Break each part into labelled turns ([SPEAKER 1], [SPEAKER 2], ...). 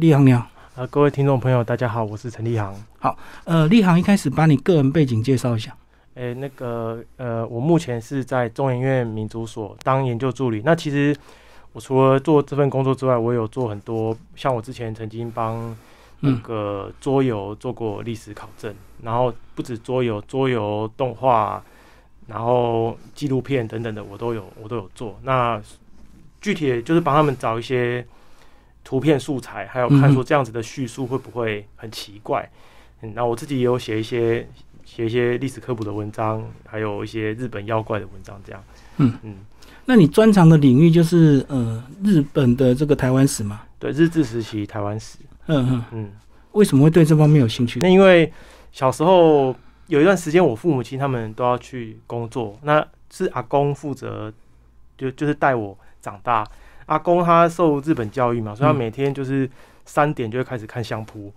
[SPEAKER 1] 立行你好，
[SPEAKER 2] 啊，各位听众朋友，大家好，我是陈立航。
[SPEAKER 1] 呃，立行一开始把你个人背景介绍一下。
[SPEAKER 2] 诶，那个呃，我目前是在中研院民族所当研究助理。那其实我除了做这份工作之外，我有做很多，像我之前曾经帮那
[SPEAKER 1] 嗯
[SPEAKER 2] 个桌游做过历史考证，然后不止桌游，桌游动画，然后纪录片等等的，我都有我都有做。那具体的就是帮他们找一些图片素材，还有看
[SPEAKER 1] 嗯哼
[SPEAKER 2] 说这样子的叙述会不会很奇怪。嗯，那我自己也有写一些写一些历史科普的文章，还有一些日本妖怪的文章，这样。
[SPEAKER 1] 嗯
[SPEAKER 2] 嗯，
[SPEAKER 1] 那你专长的领域就是呃日本的这个台湾史嘛？
[SPEAKER 2] 对，日治时期台湾史，
[SPEAKER 1] 嗯嗯，
[SPEAKER 2] 嗯。
[SPEAKER 1] 为什么会对这方面有兴趣？
[SPEAKER 2] 那因为小时候有一段时间，我父母亲他们都要去工作，那是阿公负责，就就是带我长大。阿公他受日本教育嘛，所以他
[SPEAKER 1] 嗯
[SPEAKER 2] 每天就是三点就会开始看相扑，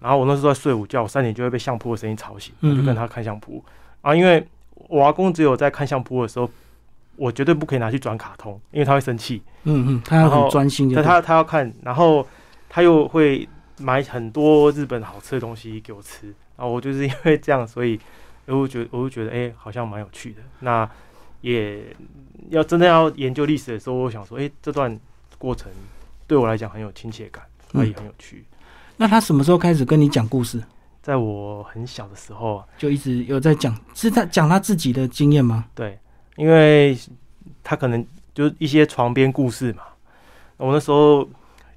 [SPEAKER 2] 然后我那时候在睡午觉，我三点就会被相扑的声音吵醒，我就
[SPEAKER 1] 嗯
[SPEAKER 2] 跟
[SPEAKER 1] 嗯
[SPEAKER 2] 他看相扑。啊，因为我阿公只有在看相扑的时候，我绝对不可以拿去转卡通，因为他会生气。
[SPEAKER 1] 嗯嗯，他要
[SPEAKER 2] 然
[SPEAKER 1] 很
[SPEAKER 2] 后
[SPEAKER 1] 专心就
[SPEAKER 2] 但
[SPEAKER 1] 对，
[SPEAKER 2] 他他要看，然后他又会买很多日本好吃的东西给我吃，然后我就是因为这样，所以我就觉得 我就觉得哎、诶好像蛮有趣的。那也要真的要研究历史的时候，我想说，哎、这段过程对我来讲很有亲切感，那也很有趣。
[SPEAKER 1] 那他什么时候开始跟你讲故事？
[SPEAKER 2] 在我很小的时候啊，
[SPEAKER 1] 就一直有在讲，是他讲他自己的经验吗？
[SPEAKER 2] 对，因为他可能就是一些床边故事嘛。我那时候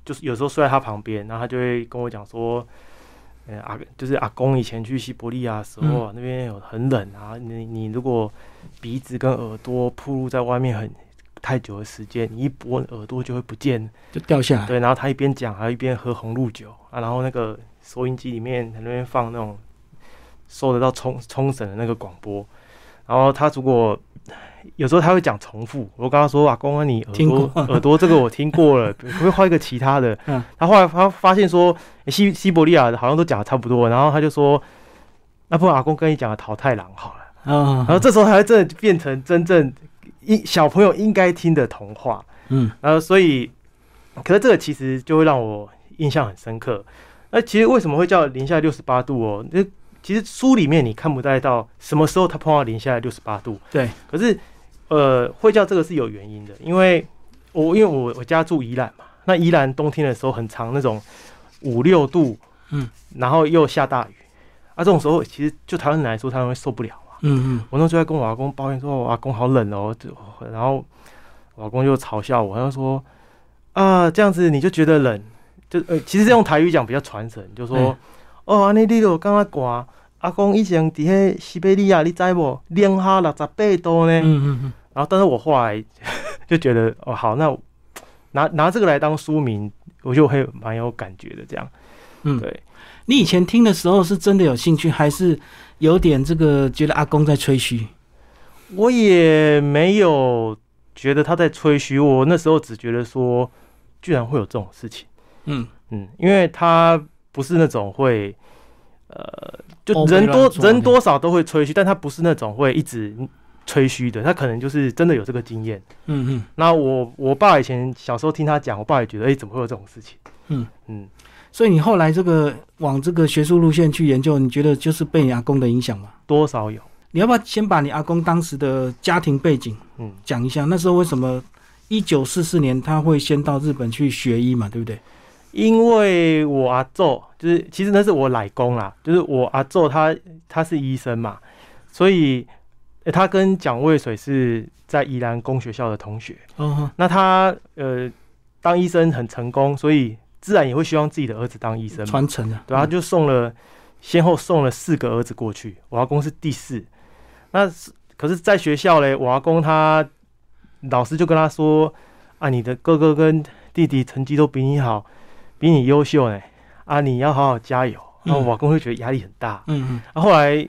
[SPEAKER 2] 就是有时候睡在他旁边，然后他就会跟我讲说，嗯、阿就是阿公以前去西伯利亚的时候、啊，那边有很冷啊，你你如果鼻子跟耳朵暴露在外面很太久的时间，你一拨耳朵就会不见。
[SPEAKER 1] 就掉 下来。
[SPEAKER 2] 对，然后他一边讲，还一边喝红露酒啊，然后那个收音机里面在那边放那种收得到冲冲绳的那个广播，然后他如果有时候他会讲重复，我跟他说啊，公安你耳
[SPEAKER 1] 听
[SPEAKER 2] 朵
[SPEAKER 1] 过
[SPEAKER 2] 耳朵这个我听 过了，可不可以换一个其他的？
[SPEAKER 1] 嗯
[SPEAKER 2] 他后来他发现说、诶西西伯利亚的好像都讲的差不多，然后他就说，那不然阿公跟你讲的桃太郎好了。
[SPEAKER 1] 啊，
[SPEAKER 2] 然后这时候才会真的变成真正一小朋友应该听的童话。
[SPEAKER 1] 嗯
[SPEAKER 2] 然后呃所以，可是这个其实就会让我印象很深刻。那其实为什么会叫零下六十八度哦？那其实书里面你看不太到什么时候它碰到零下六十八度。
[SPEAKER 1] 对。
[SPEAKER 2] 可是，呃，会叫这个是有原因的，因为我因为我我家住宜兰嘛，那宜兰冬天的时候很长那种五六度，
[SPEAKER 1] 嗯，
[SPEAKER 2] 然后又下大雨，啊，这种时候其实就台湾人来说，他们会受不了嘛。
[SPEAKER 1] 嗯嗯，
[SPEAKER 2] 我那时候在跟我阿公抱怨说，我阿公好冷哦，就然后我阿公就嘲笑我，他就说啊，这样子你就觉得冷，就呃，其实这用台语讲比较传神，就说、
[SPEAKER 1] 嗯
[SPEAKER 2] 哦，安尼你就感觉寒。阿公以前伫迄西伯利亚，你知无？零下六十八度呢。
[SPEAKER 1] 嗯嗯嗯，
[SPEAKER 2] 然后，但是我后来就觉得，哦，好，那我拿拿这个来当书名，我就会蛮有感觉的。这样，
[SPEAKER 1] 嗯
[SPEAKER 2] 对，
[SPEAKER 1] 你以前听的时候是真的有兴趣，还是有点这个觉得阿公在吹嘘？
[SPEAKER 2] 我也没有觉得他在吹嘘我，那时候只觉得说，居然会有这种事情，
[SPEAKER 1] 嗯，
[SPEAKER 2] 嗯，因为他不是那种会，呃，就
[SPEAKER 1] 哦
[SPEAKER 2] 人
[SPEAKER 1] 没
[SPEAKER 2] 多
[SPEAKER 1] 乱做
[SPEAKER 2] 人
[SPEAKER 1] 那
[SPEAKER 2] 多少都会吹嘘，但他不是那种会一直吹嘘的，他可能就是真的有这个经验。
[SPEAKER 1] 嗯嗯。
[SPEAKER 2] 那我我爸以前小时候听他讲，我爸也觉得，哎、怎么会有这种事情？
[SPEAKER 1] 嗯
[SPEAKER 2] 嗯，
[SPEAKER 1] 所以你后来这个往这个学术路线去研究，你觉得就是被你阿公的影响吗？
[SPEAKER 2] 多少有，
[SPEAKER 1] 你要不要先把你阿公当时的家庭背景
[SPEAKER 2] 嗯。
[SPEAKER 1] 讲一下？那时候为什么一九四四年他会先到日本去学医嘛，对不对？
[SPEAKER 2] 因为我阿昼就是，其实那是我奶公啦，就是我阿昼他他是医生嘛，所以、呃他跟蒋渭水是在宜兰公学校的同学。
[SPEAKER 1] 哦，
[SPEAKER 2] 那他呃当医生很成功，所以自然也会希望自己的儿子当医生嘛。
[SPEAKER 1] 传承啊，
[SPEAKER 2] 对啊，他就送了，先后送了四个儿子过去，我阿公是第四。那是可是，在学校嘞，我阿公他老师就跟他说：“啊，你的哥哥跟弟弟成绩都比你好，比你优秀呢，啊，你要好好加油。”然后
[SPEAKER 1] 嗯
[SPEAKER 2] 我阿公会觉得压力很大。
[SPEAKER 1] 嗯嗯
[SPEAKER 2] 啊、后来，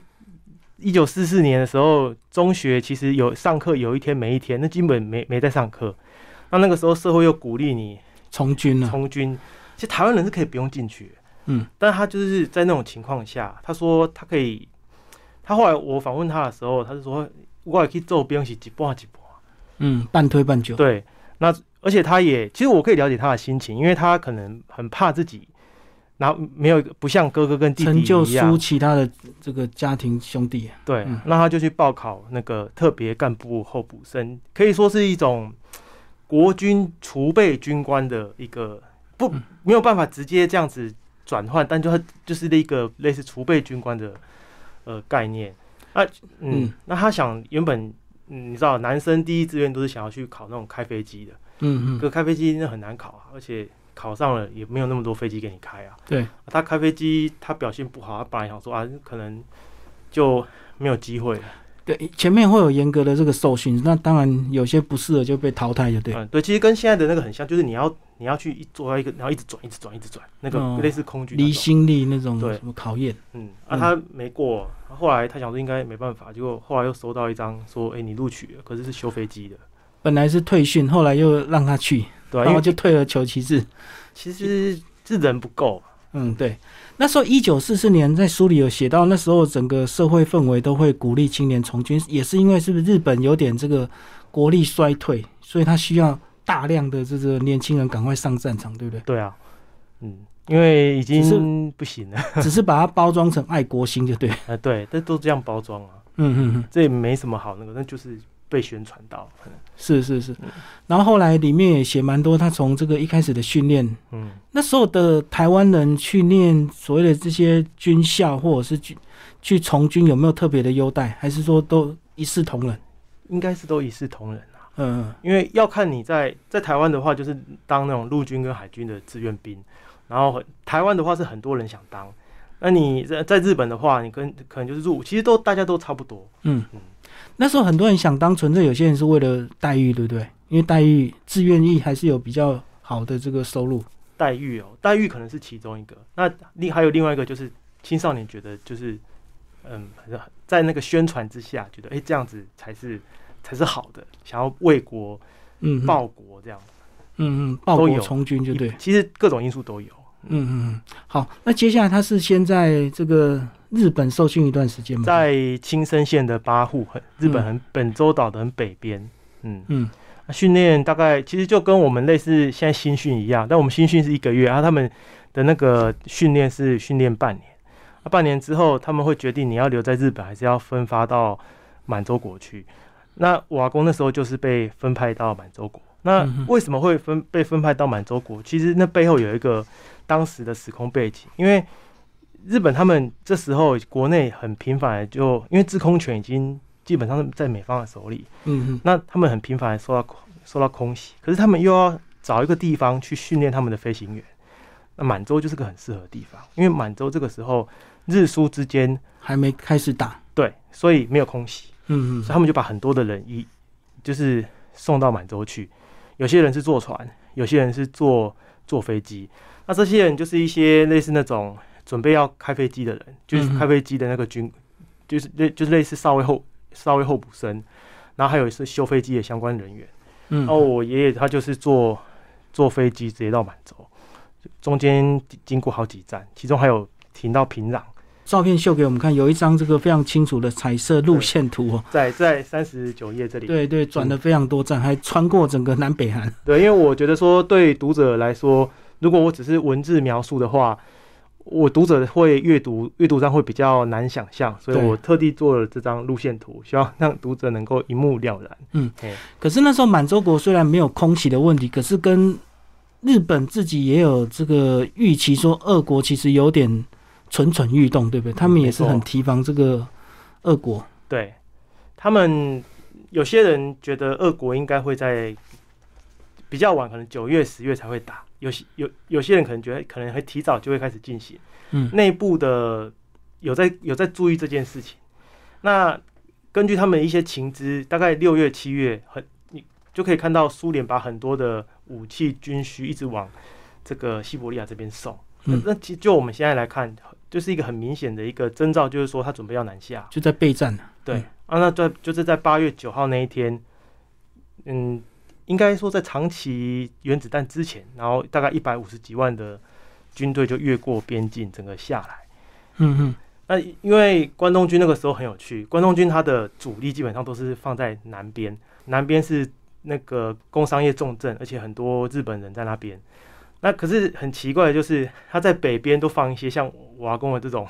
[SPEAKER 2] 一九四四年的时候，中学其实有上课，有一天没一天，那基本没没在上课。那那个时候社会又鼓励你
[SPEAKER 1] 从军啊了，
[SPEAKER 2] 从军，其实台湾人是可以不用进去，
[SPEAKER 1] 嗯，
[SPEAKER 2] 但他就是在那种情况下，他说他可以，他后来我访问他的时候，他是说我也可以做兵是一半一半，
[SPEAKER 1] 嗯，半推半就，
[SPEAKER 2] 对，那而且他也其实我可以了解他的心情，因为他可能很怕自己然后没有不像哥哥跟弟弟
[SPEAKER 1] 成就
[SPEAKER 2] 一
[SPEAKER 1] 输
[SPEAKER 2] 样，
[SPEAKER 1] 其他的这个家庭兄弟啊，
[SPEAKER 2] 对
[SPEAKER 1] 嗯，
[SPEAKER 2] 那他就去报考那个特别干部候补生，可以说是一种国军储备军官的一个不
[SPEAKER 1] 嗯
[SPEAKER 2] 没有办法直接这样子转换，但就它就是一个类似储备军官的呃概念。啊，嗯，
[SPEAKER 1] 嗯
[SPEAKER 2] 那他想原本、嗯、你知道男生第一志愿都是想要去考那种开飞机的，
[SPEAKER 1] 嗯
[SPEAKER 2] 可
[SPEAKER 1] 嗯，
[SPEAKER 2] 开飞机那很难考啊，而且考上了也没有那么多飞机给你开啊。
[SPEAKER 1] 对，
[SPEAKER 2] 他开飞机，他表现不好，他本来想说啊，可能就没有机会了。
[SPEAKER 1] 对，前面会有严格的这个受训，那当然有些不适合就被淘汰，就对。
[SPEAKER 2] 嗯，对，其实跟现在的那个很像，就是你要你要去一坐到一个，然后一直转，一直转，一直转，那
[SPEAKER 1] 哦
[SPEAKER 2] 个类似空军那种
[SPEAKER 1] 离心力那种
[SPEAKER 2] 对
[SPEAKER 1] 什么考验，
[SPEAKER 2] 嗯，啊，他没过，后来他想说应该没办法，结果后来又收到一张说，哎、你录取了，可是是修飞机的，
[SPEAKER 1] 本来是退训，后来又让他去，
[SPEAKER 2] 对啊
[SPEAKER 1] 然
[SPEAKER 2] 因
[SPEAKER 1] 后
[SPEAKER 2] 为
[SPEAKER 1] 就退了求其次。
[SPEAKER 2] 其实是人不够，
[SPEAKER 1] 嗯，对。那时候一九四四年在书里有写到，那时候整个社会氛围都会鼓励青年从军，也是因为是不是日本有点这个国力衰退，所以他需要大量的这个年轻人赶快上战场，对 不对？
[SPEAKER 2] 对啊，嗯，因为已
[SPEAKER 1] 只
[SPEAKER 2] 经不行了，
[SPEAKER 1] 只是把它包装成爱国心就对。
[SPEAKER 2] 啊，对，但都这样包装啊，
[SPEAKER 1] 嗯嗯嗯，
[SPEAKER 2] 这也没什么好那个，那就是被宣传到，嗯
[SPEAKER 1] 是是是。嗯然后后来里面也写蛮多，他从这个一开始的训练
[SPEAKER 2] 嗯，
[SPEAKER 1] 那时候的台湾人去念所谓的这些军校，或者是去去从军，有没有特别的优待，还是说都一视同仁？
[SPEAKER 2] 应该是都一视同仁啊。
[SPEAKER 1] 嗯、
[SPEAKER 2] 因为要看你在在台湾的话，就是当那种陆军跟海军的志愿兵，然后很台湾的话是很多人想当，那你在在日本的话，你跟可能就是入，其实都大家都差不多，
[SPEAKER 1] 嗯
[SPEAKER 2] 嗯，
[SPEAKER 1] 那时候很多人想当纯粹，有些人是为了待遇，对不对？因为待遇自愿意还是有比较好的这个收入。
[SPEAKER 2] 待遇哦，待遇可能是其中一个，那另还有另外一个就是青少年觉得就是，嗯，在那个宣传之下，觉得哎、诶这样子才是才是好的，想要为国
[SPEAKER 1] 嗯，
[SPEAKER 2] 报国这样，
[SPEAKER 1] 嗯嗯，报
[SPEAKER 2] 都
[SPEAKER 1] 国
[SPEAKER 2] 有
[SPEAKER 1] 从军就对。
[SPEAKER 2] 其实各种因素都有，
[SPEAKER 1] 嗯嗯嗯，好，那接下来他是先在这个日本受训一段时间嘛？
[SPEAKER 2] 在青森县的八户，很日本很本州岛的很北边，嗯，
[SPEAKER 1] 嗯
[SPEAKER 2] 那训练大概其实就跟我们类似现在新训一样，但我们新训是一个月，然、后他们的那个训练是训练半年，啊，半年之后他们会决定你要留在日本还是要分发到满洲国去。那我阿公那时候就是被分派到满洲国。那
[SPEAKER 1] 嗯哼
[SPEAKER 2] 为什么会分被分派到满洲国？其实那背后有一个当时的时空背景，因为日本他们这时候国内很频繁地就因为制空权已经基本上是在美方的手里，
[SPEAKER 1] 嗯嗯
[SPEAKER 2] 那他们很频繁地受到受到空袭，可是他们又要找一个地方去训练他们的飞行员。那满洲就是个很适合的地方，因为满洲这个时候日苏之间
[SPEAKER 1] 还没开始打。
[SPEAKER 2] 对，所以没有空袭，
[SPEAKER 1] 嗯
[SPEAKER 2] 所以
[SPEAKER 1] 嗯
[SPEAKER 2] 他们就把很多的人一就是送到满洲去。有些人是坐船，有些人是坐坐飞机。那这些人就是一些类似那种准备要开飞机的人，就是
[SPEAKER 1] 嗯哼
[SPEAKER 2] 开飞机的那个军，就是类就是类似少尉候少尉候补生，然后还有是修飞机的相关人员。
[SPEAKER 1] 嗯，
[SPEAKER 2] 然后我爷爷他就是坐坐飞机直接到满洲，中间经过好几站，其中还有停到平壤。
[SPEAKER 1] 照片秀给我们看，有一张这个非常清楚的彩色路线图哦。
[SPEAKER 2] 在在三十九页这里，
[SPEAKER 1] 对对，转了非常多站，还穿过整个南北韩。
[SPEAKER 2] 对，因为我觉得说对读者来说，如果我只是文字描述的话，我读者会阅读阅读上会比较难想象，所以
[SPEAKER 1] 对
[SPEAKER 2] 我特地做了这张路线图，希望让读者能够一目了然。
[SPEAKER 1] 可是那时候满洲国虽然没有空袭的问题，可是跟日本自己也有这个预期，说俄国其实有点蠢蠢欲动，对不对？
[SPEAKER 2] 嗯
[SPEAKER 1] 他们也是很提防这个俄国。
[SPEAKER 2] 对他们有些人觉得俄国应该会在比较晚，可能九月、十月才会打。有些有有些人可能觉得可能会提早就会开始进行。
[SPEAKER 1] 嗯
[SPEAKER 2] 内部的有在有在注意这件事情。那根据他们一些情资，大概六月、七月很你就可以看到苏联把很多的武器军需一直往这个西伯利亚这边送。那
[SPEAKER 1] 嗯
[SPEAKER 2] 那其实就我们现在来看，就是一个很明显的一个征兆，就是说他准备要南下。
[SPEAKER 1] 就在备战了。
[SPEAKER 2] 对、
[SPEAKER 1] 嗯
[SPEAKER 2] 啊，那在就是在八月九号那一天，嗯，应该说在长崎原子弹之前，然后大概一百五十几万的军队就越过边境，整个下来。
[SPEAKER 1] 嗯嗯
[SPEAKER 2] 那因为关东军那个时候很有趣，关东军它的主力基本上都是放在南边，南边是那个工商业重镇，而且很多日本人在那边。那可是很奇怪的就是，他在北边都放一些像我阿公的这种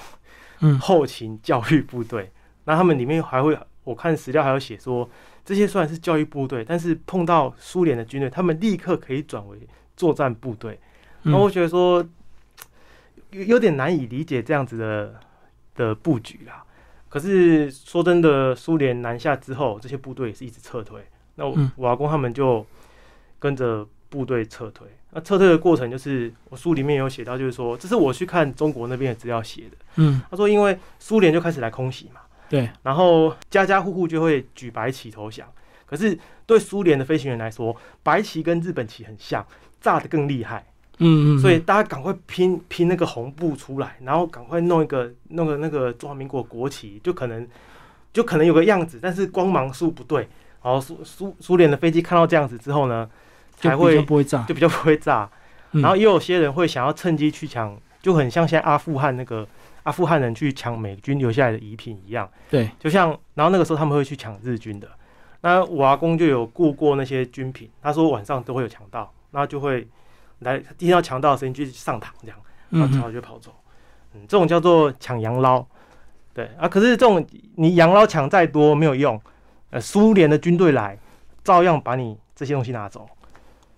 [SPEAKER 1] 嗯
[SPEAKER 2] 后勤教育部队，那他们里面还会，我看史料还有写说，这些虽然是教育部队，但是碰到苏联的军队，他们立刻可以转为作战部队。
[SPEAKER 1] 嗯
[SPEAKER 2] 那我觉得说有有点难以理解这样子的的布局啦。可是说真的，苏联南下之后，这些部队也是一直撤退。那我,、
[SPEAKER 1] 嗯
[SPEAKER 2] 我阿公他们就跟着部队撤退。那撤退的过程就是我书里面有写到，就是说这是我去看中国那边的资料写的。
[SPEAKER 1] 嗯，
[SPEAKER 2] 他说，因为苏联就开始来空袭嘛，
[SPEAKER 1] 对，
[SPEAKER 2] 然后家家户户就会举白旗投降。可是对苏联的飞行员来说，白旗跟日本旗很像，炸得更厉害。
[SPEAKER 1] 嗯嗯，
[SPEAKER 2] 所以大家赶快拼拼那个红布出来，然后赶快弄一个弄个那个中华民国国旗，就可能就可能有个样子，但是光芒数不对。然后苏苏苏联的飞机看到这样子之后呢，
[SPEAKER 1] 就
[SPEAKER 2] 才
[SPEAKER 1] 比较
[SPEAKER 2] 会
[SPEAKER 1] 不会炸。
[SPEAKER 2] 就比较不会炸。
[SPEAKER 1] 嗯
[SPEAKER 2] 然后也有些人会想要趁机去抢，就很像现在阿富汗那个阿富汗人去抢美军留下来的遗品一样。
[SPEAKER 1] 对，
[SPEAKER 2] 就像然后那个时候他们会去抢日军的。那我阿公就有雇过那些军品，他说晚上都会有强盗，那就会来听到强盗的声音就去上膛这样，然
[SPEAKER 1] 嗯
[SPEAKER 2] 后
[SPEAKER 1] 哼
[SPEAKER 2] 强盗就跑走。嗯，这种叫做抢羊捞。对啊，可是这种你羊捞抢再多没有用，呃，苏联的军队来照样把你这些东西拿走。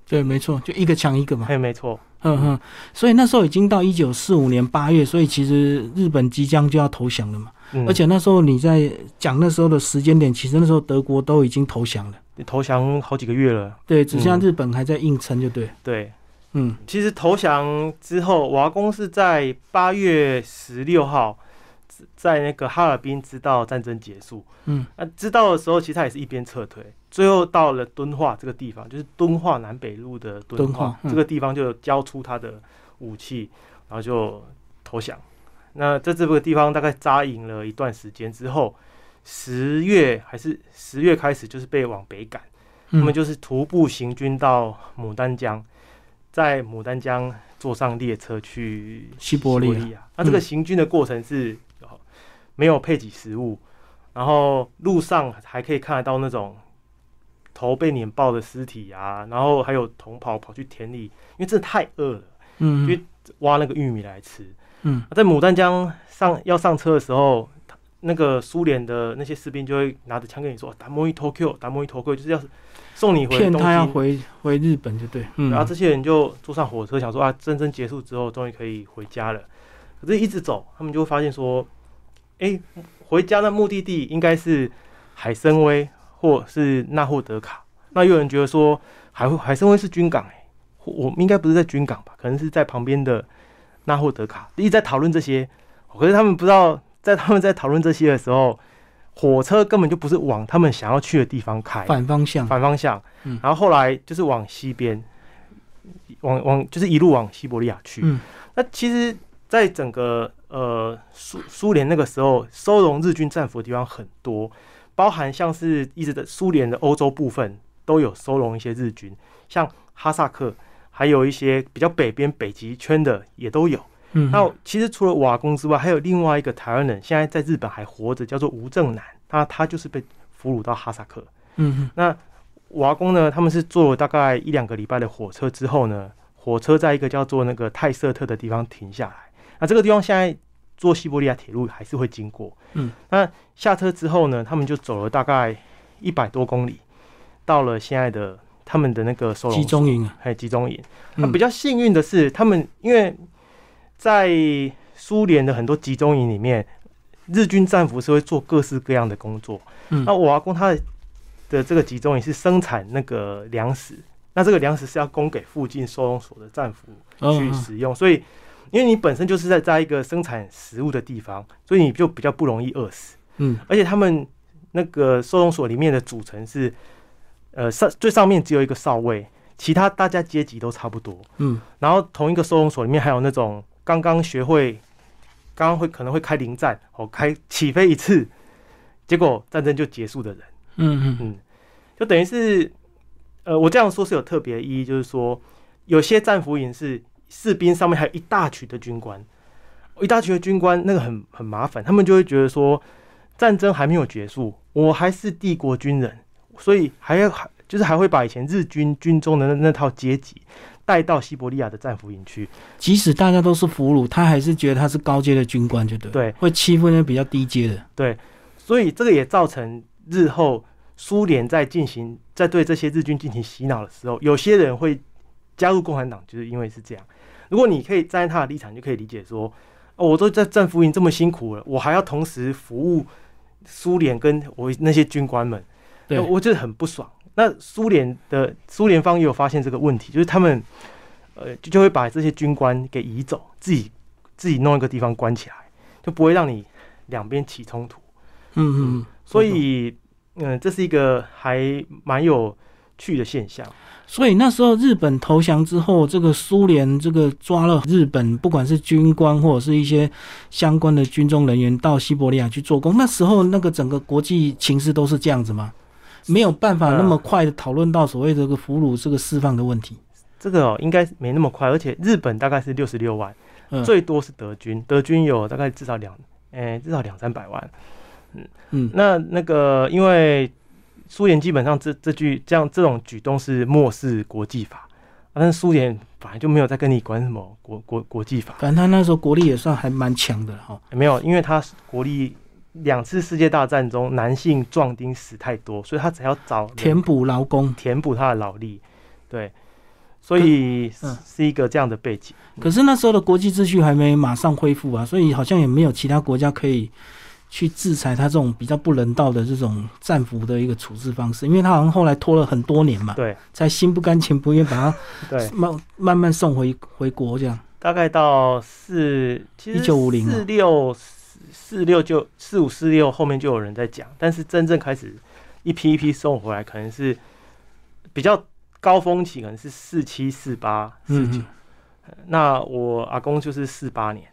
[SPEAKER 1] 对，没错，就一个抢一个嘛。
[SPEAKER 2] 嘿，没错。
[SPEAKER 1] 嗯哼，所以那时候已经到一九四五年八月，所以其实日本即将就要投降了嘛。
[SPEAKER 2] 嗯
[SPEAKER 1] 而且那时候你在讲那时候的时间点，其实那时候德国都已经投降了，
[SPEAKER 2] 投降好几个月了。
[SPEAKER 1] 对，只剩下
[SPEAKER 2] 嗯
[SPEAKER 1] 日本还在硬撑，就对了。
[SPEAKER 2] 对，
[SPEAKER 1] 嗯
[SPEAKER 2] 其实投降之后，我阿公是在八月十六号，在那个哈尔滨知道战争结束。
[SPEAKER 1] 嗯
[SPEAKER 2] 那知道的时候，其实他也是一边撤退，最后到了敦化这个地方，就是敦化南北路的敦
[SPEAKER 1] 敦化嗯
[SPEAKER 2] 这个地方，就交出他的武器，然后就投降。那在这个地方大概扎营了一段时间之后，十月还是十月开始，就是被往北赶。
[SPEAKER 1] 嗯，
[SPEAKER 2] 他们就是徒步行军到牡丹江，在牡丹江坐上列车去
[SPEAKER 1] 西伯利亚
[SPEAKER 2] 亚。那这个
[SPEAKER 1] 嗯
[SPEAKER 2] 行军的过程是呃没有配给食物，然后路上还可以看得到那种头被碾爆的尸体啊，然后还有同袍跑去田里，因为真的太饿了，
[SPEAKER 1] 嗯
[SPEAKER 2] 因为挖那个玉米来吃。
[SPEAKER 1] 嗯
[SPEAKER 2] 在牡丹江上要上车的时候，他那个苏联的那些士兵就会拿着枪跟你说“达摩伊托 Q，达摩伊托 Q”，就是要送你回
[SPEAKER 1] 骗
[SPEAKER 2] 东
[SPEAKER 1] 他要
[SPEAKER 2] 京。
[SPEAKER 1] 回回日本，就对。嗯，
[SPEAKER 2] 然后这些人就坐上火车，想说啊，战争结束之后，终于可以回家了。可是，一直走，他们就会发现说，哎，回家的目的地应该是海参崴或是纳霍德卡。那又有人觉得说，海海参崴是军港、哎，或我们应该不是在军港吧？可能是在旁边的纳霍德卡。一直在讨论这些，可是他们不知道，在他们在讨论这些的时候，火车根本就不是往他们想要去的地方开，
[SPEAKER 1] 反方向。
[SPEAKER 2] 反方向
[SPEAKER 1] 嗯，
[SPEAKER 2] 然后后来就是往西边，往往就是一路往西伯利亚去。
[SPEAKER 1] 嗯
[SPEAKER 2] 那其实，在整个呃苏苏联那个时候，收容日军战俘的地方很多，包含像是一直的苏联的欧洲部分都有收容一些日军，像哈萨克，还有一些比较北边北极圈的也都有。
[SPEAKER 1] 嗯，
[SPEAKER 2] 那其实除了瓦工之外，还有另外一个台湾人，现在在日本还活着，叫做吴正南，那他就是被俘虏到哈萨克。
[SPEAKER 1] 嗯
[SPEAKER 2] 瓦工呢，他们是坐了大概一两个礼拜的火车之后呢，火车在一个叫做那个泰瑟特的地方停下来。那这个地方现在坐西伯利亚铁路还是会经过。
[SPEAKER 1] 嗯，
[SPEAKER 2] 那下车之后呢，他们就走了大概一百多公里，到了现在的他们的那个收
[SPEAKER 1] 嗯，
[SPEAKER 2] 容
[SPEAKER 1] 集
[SPEAKER 2] 所
[SPEAKER 1] 中营啊，
[SPEAKER 2] 还有集中营。哦那
[SPEAKER 1] 嗯
[SPEAKER 2] 比较幸运的是，他们因为在苏联的很多集中营里面，日军战俘是会做各式各样的工作。
[SPEAKER 1] 嗯
[SPEAKER 2] 那我阿公他的的这个集中营是生产那个粮食，那这个粮食是要供给附近收容所的战俘去
[SPEAKER 1] 嗯嗯
[SPEAKER 2] 使用，所以。因为你本身就是在在一个生产食物的地方，所以你就比较不容易饿死。
[SPEAKER 1] 嗯
[SPEAKER 2] 而且他们那个收容所里面的组成是，呃，上最上面只有一个少尉，其他大家阶级都差不多。
[SPEAKER 1] 嗯
[SPEAKER 2] 然后同一个收容所里面还有那种刚刚学会，刚刚会可能会开零战，哦，开起飞一次，结果战争就结束的人，
[SPEAKER 1] 嗯嗯
[SPEAKER 2] 嗯，就等于是，呃，我这样说是有特别意义，就是说有些战俘营是士兵上面还有一大群的军官，一大群的军官那个很很麻烦，他们就会觉得说战争还没有结束，我还是帝国军人，所以还要还就是还会把以前日军军中的那那套阶级带到西伯利亚的战俘营去。
[SPEAKER 1] 即使大家都是俘虏，他还是觉得他是高阶的军官，就对，
[SPEAKER 2] 对，
[SPEAKER 1] 会欺负那些比较低阶的。
[SPEAKER 2] 所以这个也造成日后苏联在进行在对这些日军进行洗脑的时候，有些人会加入共产党，就是因为是这样。如果你可以站在他的立场，你就可以理解说，哦，我都在战俘营这么辛苦了，我还要同时服务苏联跟我那些军官们，
[SPEAKER 1] 对
[SPEAKER 2] 呃我就是很不爽。那苏联的苏联方也有发现这个问题，就是他们呃就就会把这些军官给移走，自己自己弄一个地方关起来，就不会让你两边起冲突。
[SPEAKER 1] 嗯嗯，
[SPEAKER 2] 所以，嗯，这是一个还蛮有趣的现象。
[SPEAKER 1] 所以那时候日本投降之后，这个苏联这个抓了日本，不管是军官或者是一些相关的军中人员到西伯利亚去做工。那时候那个整个国际情势都是这样子吗？没有办法那么快的讨论到所谓这个俘虏这个释放的问题。
[SPEAKER 2] 这个哦，应该没那么快，而且日本大概是六十六万，
[SPEAKER 1] 嗯，
[SPEAKER 2] 最多是德军，德军有大概至少两，诶，至少两三百万。
[SPEAKER 1] 嗯
[SPEAKER 2] 那那个，因为苏联基本上这这句这样这种举动是漠视国际法，啊但是苏联本来就没有在跟你管什么国国国际法，
[SPEAKER 1] 反正他那时候国力也算还蛮强的了哈。
[SPEAKER 2] 没有，因为他国力两次世界大战中男性壮丁死太多，所以他只要找人
[SPEAKER 1] 填补劳工，
[SPEAKER 2] 填补他的劳力，对，所以
[SPEAKER 1] 嗯嗯
[SPEAKER 2] 是一个这样的背景。
[SPEAKER 1] 可是那时候的国际秩序还没马上恢复啊，所以好像也没有其他国家可以去制裁他这种比较不人道的这种战俘的一个处置方式，因为他好像后来拖了很多年嘛，
[SPEAKER 2] 对
[SPEAKER 1] 才心不甘情不愿把
[SPEAKER 2] 对
[SPEAKER 1] 他，慢慢慢送回回国这样。
[SPEAKER 2] 大概到四，其实
[SPEAKER 1] 1950
[SPEAKER 2] 四六四六就四五四六后面就有人在讲，但是真正开始一批一批送回来，可能是比较高峰期，可能是四七四八四九
[SPEAKER 1] 嗯。
[SPEAKER 2] 那我阿公就是四八年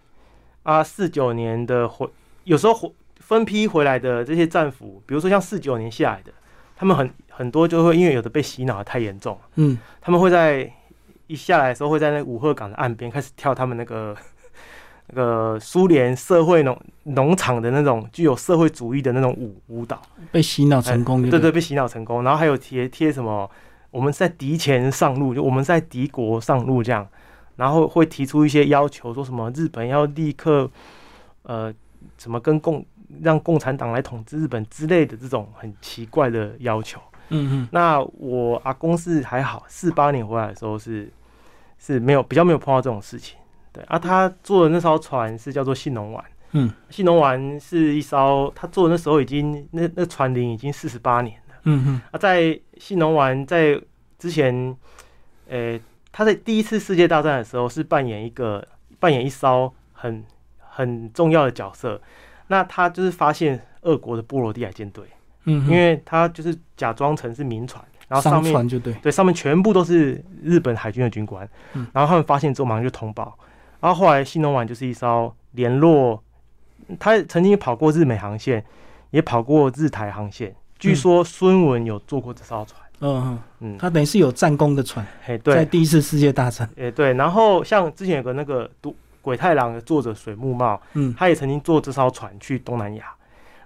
[SPEAKER 2] 啊，四九年的回，有时候回分批回来的这些战俘，比如说像四九年下来的，他们很很多就会因为有的被洗脑的太严重了，
[SPEAKER 1] 嗯，
[SPEAKER 2] 他们会在一下来的时候会在那个五鹤港的岸边开始跳他们那个那个苏联社会农农场的那种具有社会主义的那种舞舞蹈，
[SPEAKER 1] 被洗脑成功就
[SPEAKER 2] 对
[SPEAKER 1] 对
[SPEAKER 2] 哎对，被洗脑成功，然后还有贴贴什么，我们在敌前上路，就我们在敌国上路这样，然后会提出一些要求，说什么日本要立刻，呃，怎么跟共让共产党来统治日本之类的这种很奇怪的要求。
[SPEAKER 1] 嗯嗯
[SPEAKER 2] 那我阿公是还好，四八年回来的时候是是没有比较没有碰到这种事情。对啊，他坐的那艘船是叫做信浓丸，
[SPEAKER 1] 嗯
[SPEAKER 2] 信浓丸是一艘他坐的那时候已经那那船龄已经四十八年了。
[SPEAKER 1] 嗯嗯，
[SPEAKER 2] 啊，在信浓丸在之前，呃，他在第一次世界大战的时候是扮演一个扮演一艘很很重要的角色。那他就是发现俄国的波罗的海舰队，
[SPEAKER 1] 嗯，
[SPEAKER 2] 因为他就是假装成是民船，然后上
[SPEAKER 1] 商
[SPEAKER 2] 面
[SPEAKER 1] 船就对，
[SPEAKER 2] 对，上面全部都是日本海军的军官，
[SPEAKER 1] 嗯
[SPEAKER 2] 然后他们发现之后马上就通报，然后后来新农丸就是一艘联络，他曾经跑过日美航线，也跑过日台航线，据说孙文有坐过这艘船，
[SPEAKER 1] 嗯，嗯
[SPEAKER 2] 嗯，
[SPEAKER 1] 他等于是有战功的船，
[SPEAKER 2] 嘿，
[SPEAKER 1] 在
[SPEAKER 2] 对，
[SPEAKER 1] 第一次世界大战，
[SPEAKER 2] 诶对，然后像之前有个那个独鬼太郎的作者水木茂，
[SPEAKER 1] 嗯
[SPEAKER 2] 他也曾经坐这艘船去东南亚，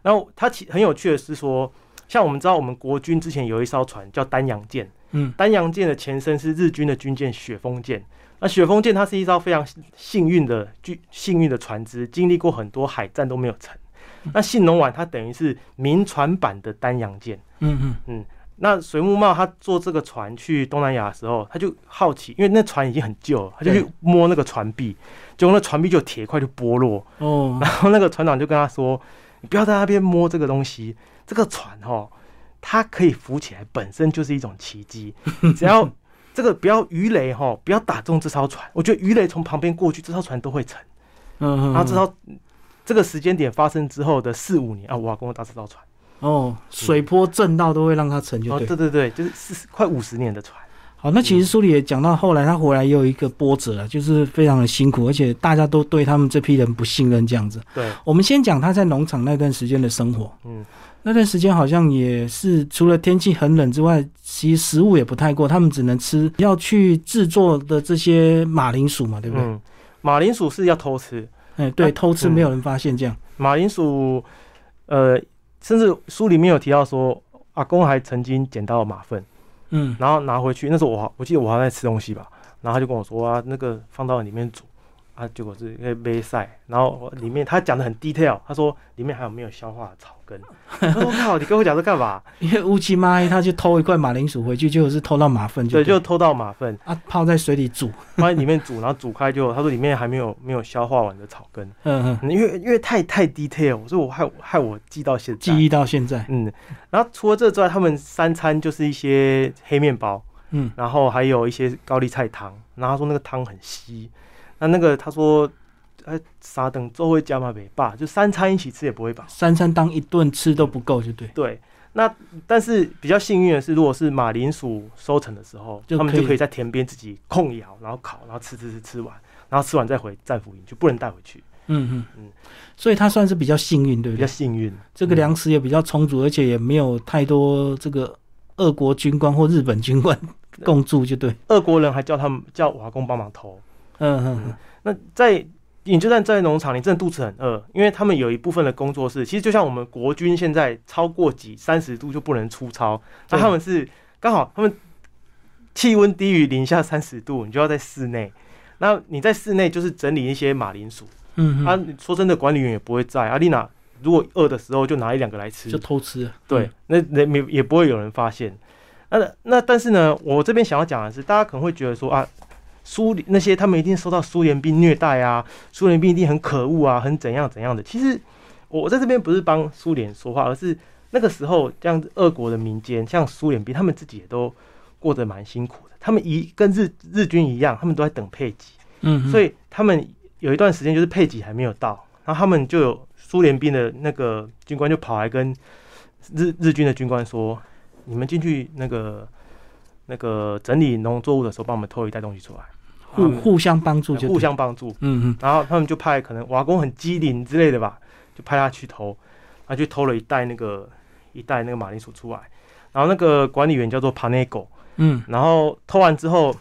[SPEAKER 2] 然后他其很有趣的是说，像我们知道我们国军之前有一艘船叫丹阳舰。
[SPEAKER 1] 嗯
[SPEAKER 2] 丹阳舰的前身是日军的军舰雪峰舰。那雪峰舰它是一艘非常幸运的、巨幸运的船只，经历过很多海战都没有成。那信浓丸它等于是民船版的丹阳舰。
[SPEAKER 1] 嗯嗯，
[SPEAKER 2] 那水木茂他坐这个船去东南亚的时候，他就好奇，因为那船已经很旧了，他就去
[SPEAKER 1] 对
[SPEAKER 2] 摸那个船壁，结果那船壁就有铁块就剥落，
[SPEAKER 1] 哦，
[SPEAKER 2] 然后那个船长就跟他说：“你不要在那边摸这个东西，这个船哦，它可以浮起来，本身就是一种 奇迹。只要这个不要鱼雷哈、不要打中这艘船。我觉得鱼雷从旁边过去，这艘船都会沉。
[SPEAKER 1] 嗯嗯，
[SPEAKER 2] 然后这艘这个时间点发生之后的四五年啊，我阿公搭这艘船。
[SPEAKER 1] 哦，水波震到都会让他沉就
[SPEAKER 2] 哦，
[SPEAKER 1] 对。
[SPEAKER 2] 对对对，就是四十快五十年的船。
[SPEAKER 1] 好，那其实书里也讲到，后来他回来也有一个波折啊，就是非常的辛苦，而且大家都对他们这批人不信任这样子。
[SPEAKER 2] 对，
[SPEAKER 1] 我们先讲他在农场那段时间的生活，
[SPEAKER 2] 嗯，
[SPEAKER 1] 那段时间好像也是除了天气很冷之外，其实食物也不太够，他们只能吃要去制作的这些马铃薯嘛，对不对？
[SPEAKER 2] 嗯，马铃薯是要偷吃，
[SPEAKER 1] 哎、对，
[SPEAKER 2] 啊
[SPEAKER 1] 偷吃
[SPEAKER 2] 嗯
[SPEAKER 1] 没有人发现这样。
[SPEAKER 2] 马铃薯，呃，甚至书里面有提到说，阿公还曾经捡到马粪。
[SPEAKER 1] 嗯
[SPEAKER 2] 然后拿回去。那时候我好我记得我还在吃东西吧，然后他就跟我说啊，那个放到里面煮啊，结果是因为杯赛，然后我里面他讲的很 detail，他说里面还有没有消化的草根，我说靠，你跟我讲这 干嘛？
[SPEAKER 1] 因为乌漆嘛黑，他去偷一块马铃薯回去，结果是偷到马粪就
[SPEAKER 2] 对，
[SPEAKER 1] 对，
[SPEAKER 2] 就偷到马粪，
[SPEAKER 1] 啊泡在水里煮，
[SPEAKER 2] 放在里面煮，然后煮开就他说里面还没有没有消化完的草根，
[SPEAKER 1] 嗯嗯，
[SPEAKER 2] 因为因为太太 detail，所以我害我害我记到现在。
[SPEAKER 1] 记忆到现在，
[SPEAKER 2] 嗯，然后除了这之外，他们三餐就是一些黑面包，
[SPEAKER 1] 嗯，
[SPEAKER 2] 然后还有一些高丽菜汤。然后他说那个汤很稀，那那个他说，呃，啥等周会加嘛没罢，就三餐一起吃也不会饱。
[SPEAKER 1] 三餐当一顿吃都不够，就对，
[SPEAKER 2] 对，那但是比较幸运的是，如果是马铃薯收成的时候，
[SPEAKER 1] 就
[SPEAKER 2] 他们
[SPEAKER 1] 可以
[SPEAKER 2] 就可以在田边自己控窑，然后烤，然后吃吃吃吃完，然后吃完再回战俘营，就不能带回去，
[SPEAKER 1] 嗯嗯嗯
[SPEAKER 2] 嗯，
[SPEAKER 1] 所以他算是比较幸运，对不
[SPEAKER 2] 比
[SPEAKER 1] 对
[SPEAKER 2] 较？幸运。
[SPEAKER 1] 这个粮食也比较充足，而且也没有太多这个俄国军官或日本军官共住，就对，
[SPEAKER 2] 俄国人还叫他们叫瓦工帮忙偷。
[SPEAKER 1] 嗯嗯嗯，
[SPEAKER 2] 那在你就算在农场，你真的肚子很饿，因为他们有一部分的工作是，其实就像我们国军现在超过几三十度就不能出操，那
[SPEAKER 1] 对
[SPEAKER 2] 他们是刚好他们气温低于零下三十度，你就要在室内。那你在室内就是整理一些马铃薯，
[SPEAKER 1] 嗯
[SPEAKER 2] 啊
[SPEAKER 1] 嗯，，
[SPEAKER 2] 说真的，管理员也不会在。啊阿丽娜如果饿的时候就拿一两个来吃，
[SPEAKER 1] 就偷吃了，
[SPEAKER 2] 对，那那没也不会有人发现。那那但是呢，我这边想要讲的是，大家可能会觉得说啊，苏联那些他们一定受到苏联兵虐待啊，苏联兵一定很可恶啊，很怎样怎样的。其实我在这边不是帮苏联说话，而是那个时候这样子，俄国的民间像苏联兵，他们自己也都过得蛮辛苦的。他们一跟日日军一样，他们都在等配给。
[SPEAKER 1] 嗯，嗯
[SPEAKER 2] 所以他们有一段时间就是配给还没有到，然后他们就有苏联兵的那个军官就跑来跟日日军的军官说：“你们进去那个那个整理农作物的时候，帮我们偷一袋东西出来，
[SPEAKER 1] 互互相帮助就对
[SPEAKER 2] 互，相帮助。
[SPEAKER 1] 嗯嗯”
[SPEAKER 2] 然后他们就派可能瓦工很机灵之类的吧，就派他去偷，他去偷了一袋那个一袋那个马铃薯出来，然后那个管理员叫做帕内狗，
[SPEAKER 1] 嗯，
[SPEAKER 2] 然后偷完之后，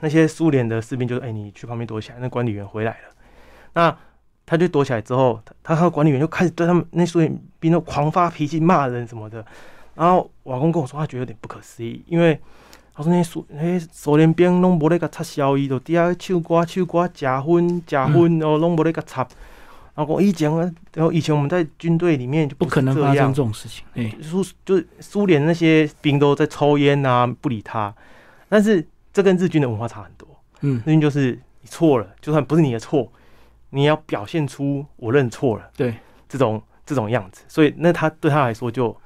[SPEAKER 2] 那些苏联的士兵就说：“哎、你去旁边躲起来。”那管理员回来了，那他就躲起来之后，他他和管理员就开始对他们那苏联兵都狂发脾气、骂人什么的。然后瓦工跟我说，他啊觉得有点不可思议，因为他说那些苏那些苏联兵拢无咧甲插消伊，就底下唱歌、唱歌、食薰、食薰，哦，拢无咧甲插。然后我以前啊，然后以前我们在军队里面就
[SPEAKER 1] 不可能
[SPEAKER 2] 是这
[SPEAKER 1] 发
[SPEAKER 2] 样
[SPEAKER 1] 生这种事情，哎，
[SPEAKER 2] 苏就是苏联那些兵都在抽烟啊，不理他。但是这跟日军的文化差很多，
[SPEAKER 1] 嗯，
[SPEAKER 2] 日军就是你错了，就算不是你的错，你要表现出我认错了
[SPEAKER 1] 对，
[SPEAKER 2] 这种这种样子。所以那他对他来说就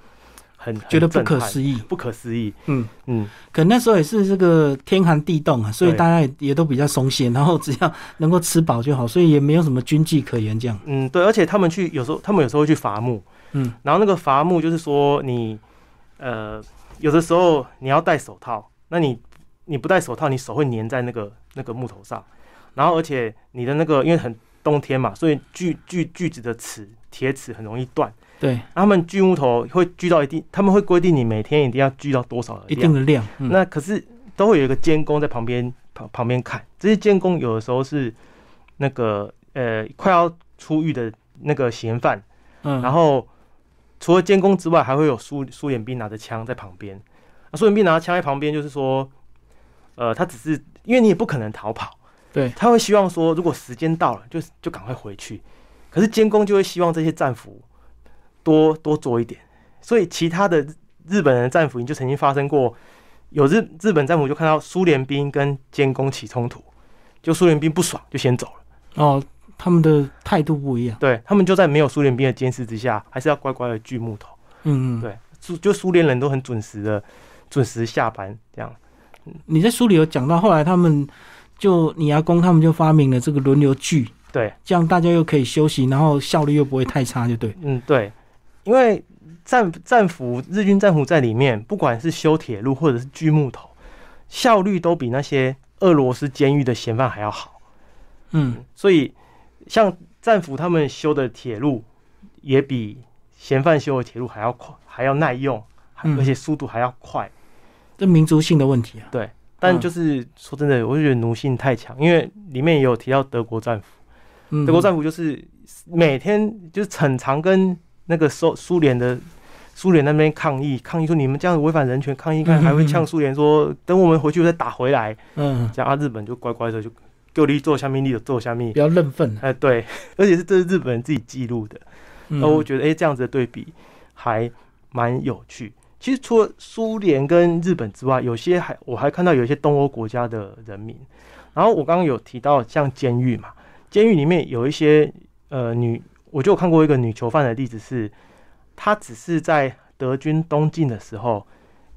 [SPEAKER 2] 很
[SPEAKER 1] 觉得不可
[SPEAKER 2] 议，
[SPEAKER 1] 思议，
[SPEAKER 2] 不可思议。
[SPEAKER 1] 嗯。
[SPEAKER 2] 嗯，
[SPEAKER 1] 可那时候也是这个天寒地冻啊，所以
[SPEAKER 2] 对
[SPEAKER 1] 大家也也都比较松懈，然后只要能够吃饱就好，所以也没有什么军纪可言这样。
[SPEAKER 2] 嗯，对，而且他们去有时候，他们有时候会去伐木，
[SPEAKER 1] 嗯，
[SPEAKER 2] 然后那个伐木就是说你，呃，有的时候你要戴手套，那你你不戴手套，你手会粘在那个那个木头上，然后而且你的那个因为很冬天嘛，所以锯锯锯子的齿铁齿很容易断，
[SPEAKER 1] 对，
[SPEAKER 2] 他们锯木头会锯到一定，他们会规定你每天一定要锯到多少的
[SPEAKER 1] 一
[SPEAKER 2] 量，
[SPEAKER 1] 定的量。嗯、
[SPEAKER 2] 那可是都会有一个监工在旁边旁旁边看，这些监工有的时候是那个呃快要出狱的那个嫌犯，
[SPEAKER 1] 嗯，
[SPEAKER 2] 然后除了监工之外，还会有苏苏联兵拿着枪在旁边。那苏联兵拿着枪在旁边，就是说，呃，他只是因为你也不可能逃跑，
[SPEAKER 1] 对
[SPEAKER 2] 他会希望说，如果时间到了，就就赶快回去。可是监工就会希望这些战俘多多做一点，所以其他的日日本人的战俘营就曾经发生过，有日日本战俘就看到苏联兵跟监工起冲突，就苏联兵不爽就先走了。
[SPEAKER 1] 哦，他们的态度不一样。
[SPEAKER 2] 对他们就在没有苏联兵的监视之下，还是要乖乖的锯木头。
[SPEAKER 1] 嗯，嗯
[SPEAKER 2] 对苏就苏联人都很准时的准时下班这样。
[SPEAKER 1] 你在书里有讲到，后来他们就你阿公他们就发明了这个轮流锯，
[SPEAKER 2] 对，
[SPEAKER 1] 这样大家又可以休息，然后效率又不会太差，就对。
[SPEAKER 2] 嗯，对，因为战战俘日军战俘在里面，不管是修铁路或者是锯木头，效率都比那些俄罗斯监狱的嫌犯还要好。
[SPEAKER 1] 嗯，
[SPEAKER 2] 所以像战俘他们修的铁路，也比嫌犯修的铁路还要快，还要耐用，还
[SPEAKER 1] 嗯
[SPEAKER 2] 而且速度还要快。
[SPEAKER 1] 这民族性的问题啊。
[SPEAKER 2] 但
[SPEAKER 1] 嗯
[SPEAKER 2] 就是说真的，我就觉得奴性太强，因为里面也有提到德国战俘。
[SPEAKER 1] 嗯，
[SPEAKER 2] 德国战俘就是每天就是很常跟那个苏苏联的苏联那边抗议，抗议说你们这样违反人权，抗议看还会呛苏联说等我们回去再打回来，
[SPEAKER 1] 嗯，
[SPEAKER 2] 这样啊日本就乖乖的就给我力做下面，力做下面
[SPEAKER 1] 比，较认份啊。
[SPEAKER 2] 哎对， 而且是这是日本人自己记录的，
[SPEAKER 1] 嗯
[SPEAKER 2] 那我觉得，哎、这样子的对比还蛮有趣。其实除了苏联跟日本之外，有些还我还看到有一些东欧国家的人民。然后我刚刚有提到像监狱嘛，监狱里面有一些呃女，我就有看过一个女囚犯的例子是，她只是在德军东进的时候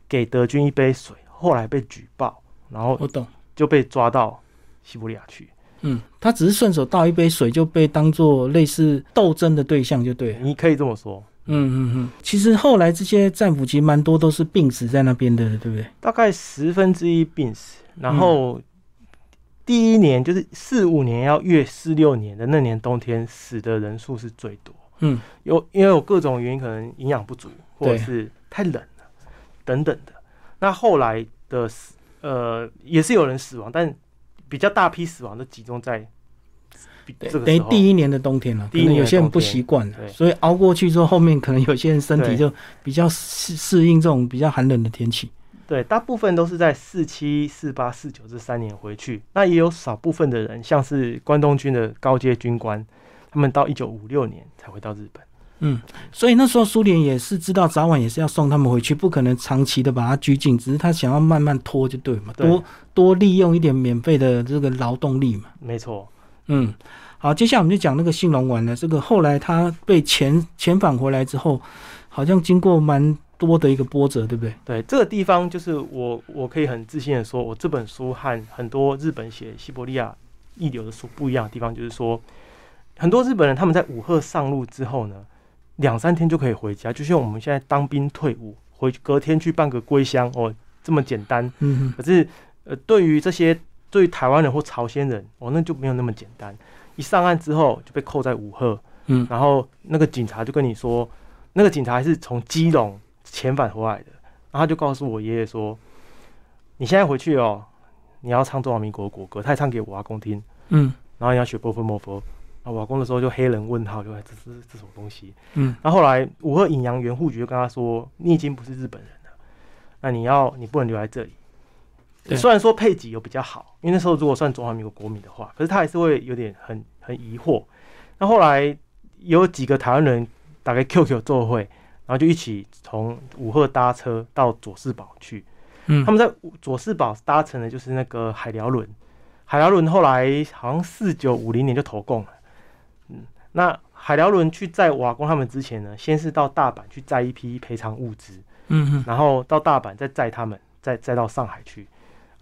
[SPEAKER 2] 给德军一杯水，后来被举报，然后
[SPEAKER 1] 我懂，
[SPEAKER 2] 就被抓到西伯利亚去。
[SPEAKER 1] 嗯，他只是顺手倒一杯水就被当做类似斗争的对象就对了。
[SPEAKER 2] 你可以这么说，
[SPEAKER 1] 嗯嗯嗯，其实后来这些战俘其实蛮多都是病死在那边的，对不对？
[SPEAKER 2] 大概十分之一病死，然
[SPEAKER 1] 嗯
[SPEAKER 2] 后第一年就是四五年要越四六年的那年冬天死的人数是最多，
[SPEAKER 1] 嗯，
[SPEAKER 2] 有因为有各种原因，可能营养不足或者
[SPEAKER 1] 对
[SPEAKER 2] 是太冷了等等的。那后来的死呃也是有人死亡，但比较大批死亡都集中在比
[SPEAKER 1] 对
[SPEAKER 2] 这，个
[SPEAKER 1] 等于
[SPEAKER 2] 时候。
[SPEAKER 1] 第一年的冬天了，可
[SPEAKER 2] 第一
[SPEAKER 1] 能
[SPEAKER 2] 年的
[SPEAKER 1] 有些人不
[SPEAKER 2] 冬天
[SPEAKER 1] 习惯
[SPEAKER 2] 对
[SPEAKER 1] 了，所以熬过去之后，后面可能有些人身体
[SPEAKER 2] 对
[SPEAKER 1] 就比较适适应这种比较寒冷的天气。
[SPEAKER 2] 对，大部分都是在四七、四八、四九这三年回去。那也有少部分的人，像是关东军的高阶军官，他们到一九五六年才回到日本。
[SPEAKER 1] 嗯，所以那时候苏联也是知道早晚也是要送他们回去，不可能长期的把他拘禁，只是他想要慢慢拖就对嘛，
[SPEAKER 2] 对
[SPEAKER 1] 多多利用一点免费的这个劳动力嘛。
[SPEAKER 2] 没错，
[SPEAKER 1] 嗯，好，接下来我们就讲那个兴隆丸了。这个后来他被遣遣返回来之后，好像经过蛮多的一个波折，对不对？
[SPEAKER 2] 对这个地方，就是我我可以很自信的说，我这本书和很多日本写西伯利亚一流的书不一样的地方，就是说，很多日本人他们在武赫上路之后呢，两三天就可以回家，就像我们现在当兵退伍，回隔天去办个归乡哦，这么简单。
[SPEAKER 1] 嗯
[SPEAKER 2] 可是，呃，对于这些对于台湾人或朝鲜人，哦，那就没有那么简单。一上岸之后就被扣在武赫，
[SPEAKER 1] 嗯
[SPEAKER 2] 然后那个警察就跟你说，那个警察是从基隆遣返回来的，然后他就告诉我爷爷说，你现在回去哦，你要唱中华民国国歌，他也唱给我阿公听，
[SPEAKER 1] 嗯
[SPEAKER 2] 然后你要学波佛莫佛。啊，我阿公的时候就黑人问号，就哎这是这是什么东西？
[SPEAKER 1] 嗯
[SPEAKER 2] 然后后来武赫引洋援护局就跟他说，你已经不是日本人了，那你要你不能留在这里。
[SPEAKER 1] 对
[SPEAKER 2] 虽然说配给有比较好，因为那时候如果算中华民国国民的话，可是他还是会有点很很疑惑。那后来也有几个台湾人打开 QQ 座会，然后就一起从武赫搭车到佐世保去。
[SPEAKER 1] 嗯，
[SPEAKER 2] 他们在佐世保搭乘的就是那个海辽轮，海辽轮后来好像四九五零年就投共了。嗯，那海辽轮去载瓦工他们之前呢，先是到大阪去载一批赔偿物资，
[SPEAKER 1] 嗯嗯
[SPEAKER 2] 然后到大阪再载他们，再再到上海去。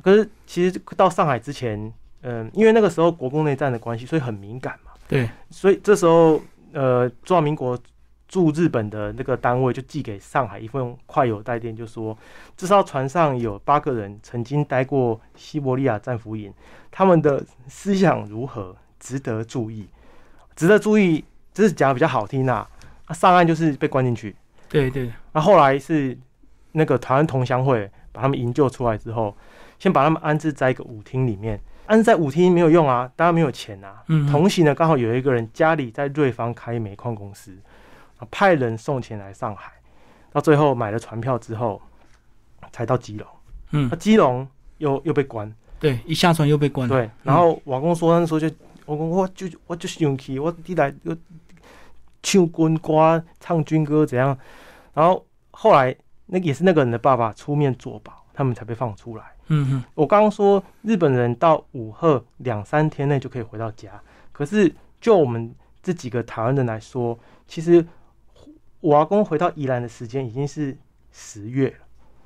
[SPEAKER 2] 可是其实到上海之前，嗯，因为那个时候国共内战的关系，所以很敏感嘛，
[SPEAKER 1] 对，
[SPEAKER 2] 所以这时候呃，中华民国驻日本的那个单位就寄给上海一份快邮带电，就说这艘船上有八个人曾经待过西伯利亚战俘营，他们的思想如何，值得注意，值得注意，这是讲的比较好听啦、啊上岸就是被关进去，
[SPEAKER 1] 对对，
[SPEAKER 2] 那后来是那个台湾同乡会把他们营救出来之后，先把他们安置在一个舞厅里面。安置在舞厅没有用啊，大家没有钱啊。
[SPEAKER 1] 嗯
[SPEAKER 2] 同行呢，刚好有一个人家里在瑞芳开煤矿公司，啊派人送钱来上海，到最后买了船票之后，才到基隆。
[SPEAKER 1] 嗯
[SPEAKER 2] 那基隆又又被关，
[SPEAKER 1] 对，一下船又被关了。
[SPEAKER 2] 对。然后瓦工说那时候就，我讲我就我就生气，我弟来又唱军歌、唱军歌怎样？然后后来那也是那个人的爸爸出面作保，他们才被放出来。
[SPEAKER 1] 嗯嗯
[SPEAKER 2] 我刚刚说日本人到武赫两三天内就可以回到家，可是就我们这几个台湾人来说，其实我阿公回到宜兰的时间已经是十月了，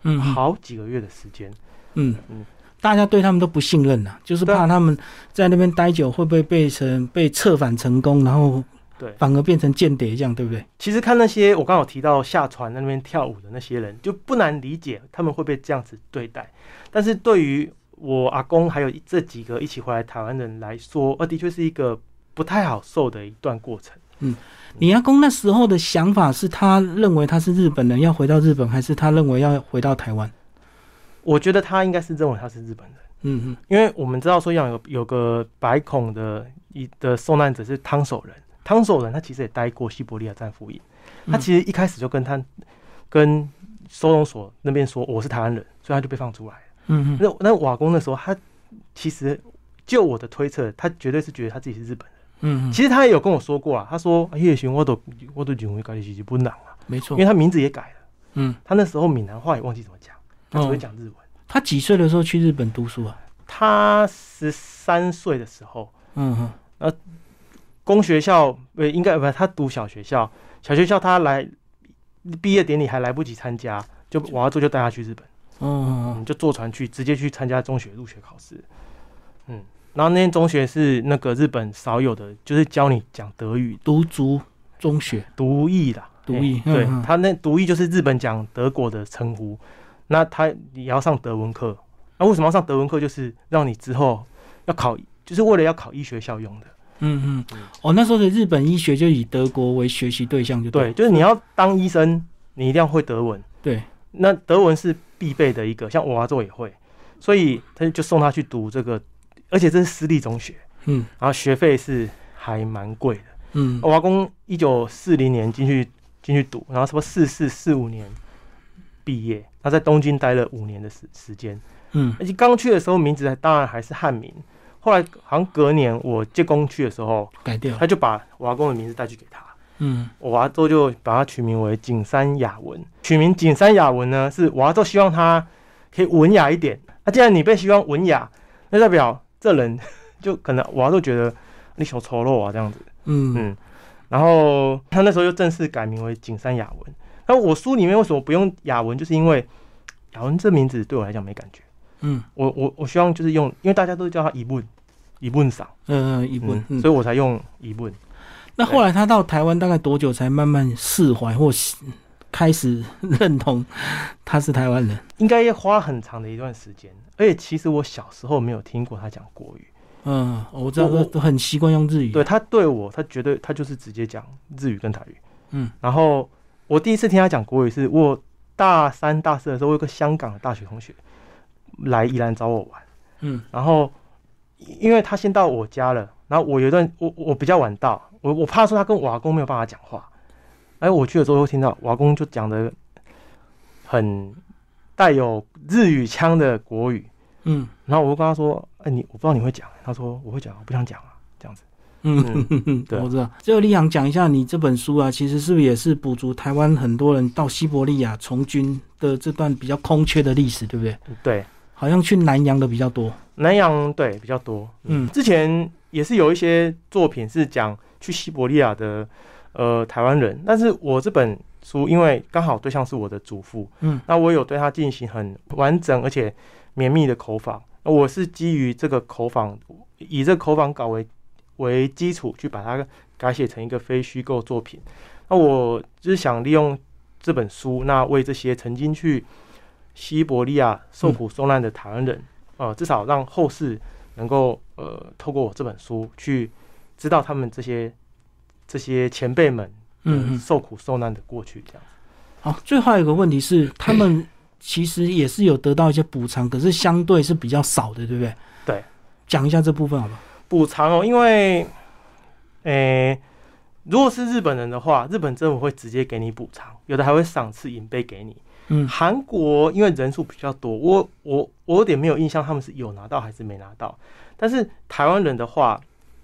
[SPEAKER 1] 嗯，嗯，
[SPEAKER 2] 好几个月的时间。
[SPEAKER 1] 嗯
[SPEAKER 2] 嗯
[SPEAKER 1] 大家对他们都不信任了，就是
[SPEAKER 2] 对啊
[SPEAKER 1] 怕他们在那边待久会不会被成被策反成功，然后
[SPEAKER 2] 对嗯
[SPEAKER 1] 反而变成间谍这样，对不对？
[SPEAKER 2] 其实看那些我刚刚有提到下船在那边跳舞的那些人，就不难理解他们会被这样子对待。但是对于我阿公还有这几个一起回来台湾人来说，呃，的确是一个不太好受的一段过程。
[SPEAKER 1] 你阿公那时候的想法是他认为他是日本人要回到日本，还是他认为要回到台湾？
[SPEAKER 2] 我觉得他应该是认为他是日本人，
[SPEAKER 1] 嗯嗯，
[SPEAKER 2] 因为我们知道说要有有个白孔的一的受难者是汤守仁，汤守仁他其实也待过西伯利亚战俘营，他
[SPEAKER 1] 嗯
[SPEAKER 2] 其实一开始就跟他跟收容所那边说我是台湾人，所以他就被放出来了。
[SPEAKER 1] 嗯嗯
[SPEAKER 2] 那那瓦工那时候，他其实就我的推测，他绝对是觉得他自己是日本人。
[SPEAKER 1] 嗯，
[SPEAKER 2] 其实他也有跟我说过啊，他说啊叶巡，我都我都认为该是日本人啊，
[SPEAKER 1] 没错
[SPEAKER 2] 因为，他名字也改了。
[SPEAKER 1] 嗯，
[SPEAKER 2] 他那时候闽南话也忘记怎么讲，他只会
[SPEAKER 1] 哦
[SPEAKER 2] 讲日文。
[SPEAKER 1] 他几岁的时候去日本读书啊？
[SPEAKER 2] 他十三岁的时候，
[SPEAKER 1] 嗯嗯
[SPEAKER 2] 公学校，呃，应该不，他读小学校，小学校他来毕业典礼还来不及参加，就我要做就带他去日本，
[SPEAKER 1] 哦
[SPEAKER 2] 嗯，就坐船去，直接去参加中学入学考试，嗯，然后那间中学是那个日本少有的，就是教你讲德语，
[SPEAKER 1] 读足中学，
[SPEAKER 2] 读译啦，
[SPEAKER 1] 读
[SPEAKER 2] 嘿
[SPEAKER 1] 译
[SPEAKER 2] 哎对
[SPEAKER 1] 嗯嗯
[SPEAKER 2] 他那读译就是日本讲德国的称呼，那他也要上德文课，那为什么要上德文课？就是让你之后要考，就是为了要考医学校用的。
[SPEAKER 1] 嗯嗯，哦，那时候的日本医学就以德国为学习对象，就
[SPEAKER 2] 对，
[SPEAKER 1] 对，
[SPEAKER 2] 就是你要当医生，你一定要会德文。
[SPEAKER 1] 对，
[SPEAKER 2] 那德文是必备的一个，像我娃做也会，所以他就送他去读这个，而且这是私立中学，
[SPEAKER 1] 嗯
[SPEAKER 2] 然后学费是还蛮贵的。
[SPEAKER 1] 嗯
[SPEAKER 2] 我阿公一九四零年进去进去读，然后什么四四四五年毕业，他在东京待了五年的时时间，
[SPEAKER 1] 嗯
[SPEAKER 2] 而且刚去的时候名字还当然还是汉名，后来好像隔年我借公去的时候，
[SPEAKER 1] 改掉，
[SPEAKER 2] 他就把我阿公的名字带去给他。
[SPEAKER 1] 嗯
[SPEAKER 2] 我娃周就把它取名为景山雅文。取名景山雅文呢，是娃周希望他可以文雅一点。那、既然你被希望文雅，那代表这人就可能娃周觉得你小丑陋啊这样子。
[SPEAKER 1] 嗯
[SPEAKER 2] 嗯，然后他那时候又正式改名为景山雅文。那我书里面为什么不用雅文，就是因为雅文这名字对我来讲没感觉。
[SPEAKER 1] 嗯
[SPEAKER 2] 我我我希望就是用，因为大家都叫他一问一问赏，
[SPEAKER 1] 嗯嗯，一
[SPEAKER 2] 嗯
[SPEAKER 1] 本，嗯
[SPEAKER 2] 所以我才用一问。
[SPEAKER 1] 那后来他到台湾大概多久才慢慢释怀或是开始认同他是台湾人？
[SPEAKER 2] 应该要花很长的一段时间。而且其实我小时候没有听过他讲国语，
[SPEAKER 1] 嗯，我知道
[SPEAKER 2] 我
[SPEAKER 1] 都
[SPEAKER 2] 我
[SPEAKER 1] 都很习惯用日语。
[SPEAKER 2] 对，他对我，他绝对他就是直接讲日语跟台语。
[SPEAKER 1] 嗯
[SPEAKER 2] 然后我第一次听他讲国语是我大三大四的时候，我有个香港的大学同学来宜兰找我玩，
[SPEAKER 1] 嗯
[SPEAKER 2] 然后因为他先到我家了，然后我有一段我我比较晚到，我我怕说他跟我阿公没有办法讲话，哎，我去的时候会听到我阿公就讲的很带有日语腔的国语。
[SPEAKER 1] 嗯
[SPEAKER 2] 然后我就跟他说：“哎、你我不知道你会讲。”他说：“我会讲，我不想讲啊。”这样子。
[SPEAKER 1] 嗯
[SPEAKER 2] 嗯，
[SPEAKER 1] 嗯，
[SPEAKER 2] 对
[SPEAKER 1] 我知道。最后，立阳讲一下你这本书啊，其实是不是也是补足台湾很多人到西伯利亚从军的这段比较空缺的历史，对不对？
[SPEAKER 2] 嗯对，
[SPEAKER 1] 好像去南洋的比较多。
[SPEAKER 2] 南洋对比较多。
[SPEAKER 1] 嗯
[SPEAKER 2] 之前也是有一些作品是讲去西伯利亚的呃台湾人，但是我这本书因为刚好对象是我的祖父，
[SPEAKER 1] 嗯
[SPEAKER 2] 那我有对他进行很完整而且绵密的口访。那我是基于这个口访，以这个口访稿为为基础去把它改写成一个非虚构作品。那我就是想利用这本书，那为这些曾经去西伯利亚
[SPEAKER 1] 嗯
[SPEAKER 2] 受苦受难的台湾人，呃，至少让后世能够呃透过我这本书去知道他们这些这些前辈们
[SPEAKER 1] 嗯
[SPEAKER 2] 嗯
[SPEAKER 1] 嗯。
[SPEAKER 2] 受苦受难的过去这样。
[SPEAKER 1] 好，最后还有一个问题 是，他们其实也是有得到一些补偿，可是相对是比较少的，对不对？
[SPEAKER 2] 对，
[SPEAKER 1] 讲一下这部分好不好？
[SPEAKER 2] 补偿哦，因为，诶、如果是日本人的话，日本政府会直接给你补偿，有的还会赏赐银杯给你。
[SPEAKER 1] 嗯
[SPEAKER 2] 韩国因为人数比较多，我我我有点没有印象，他们是有拿到还是没拿到。但是台湾人的话，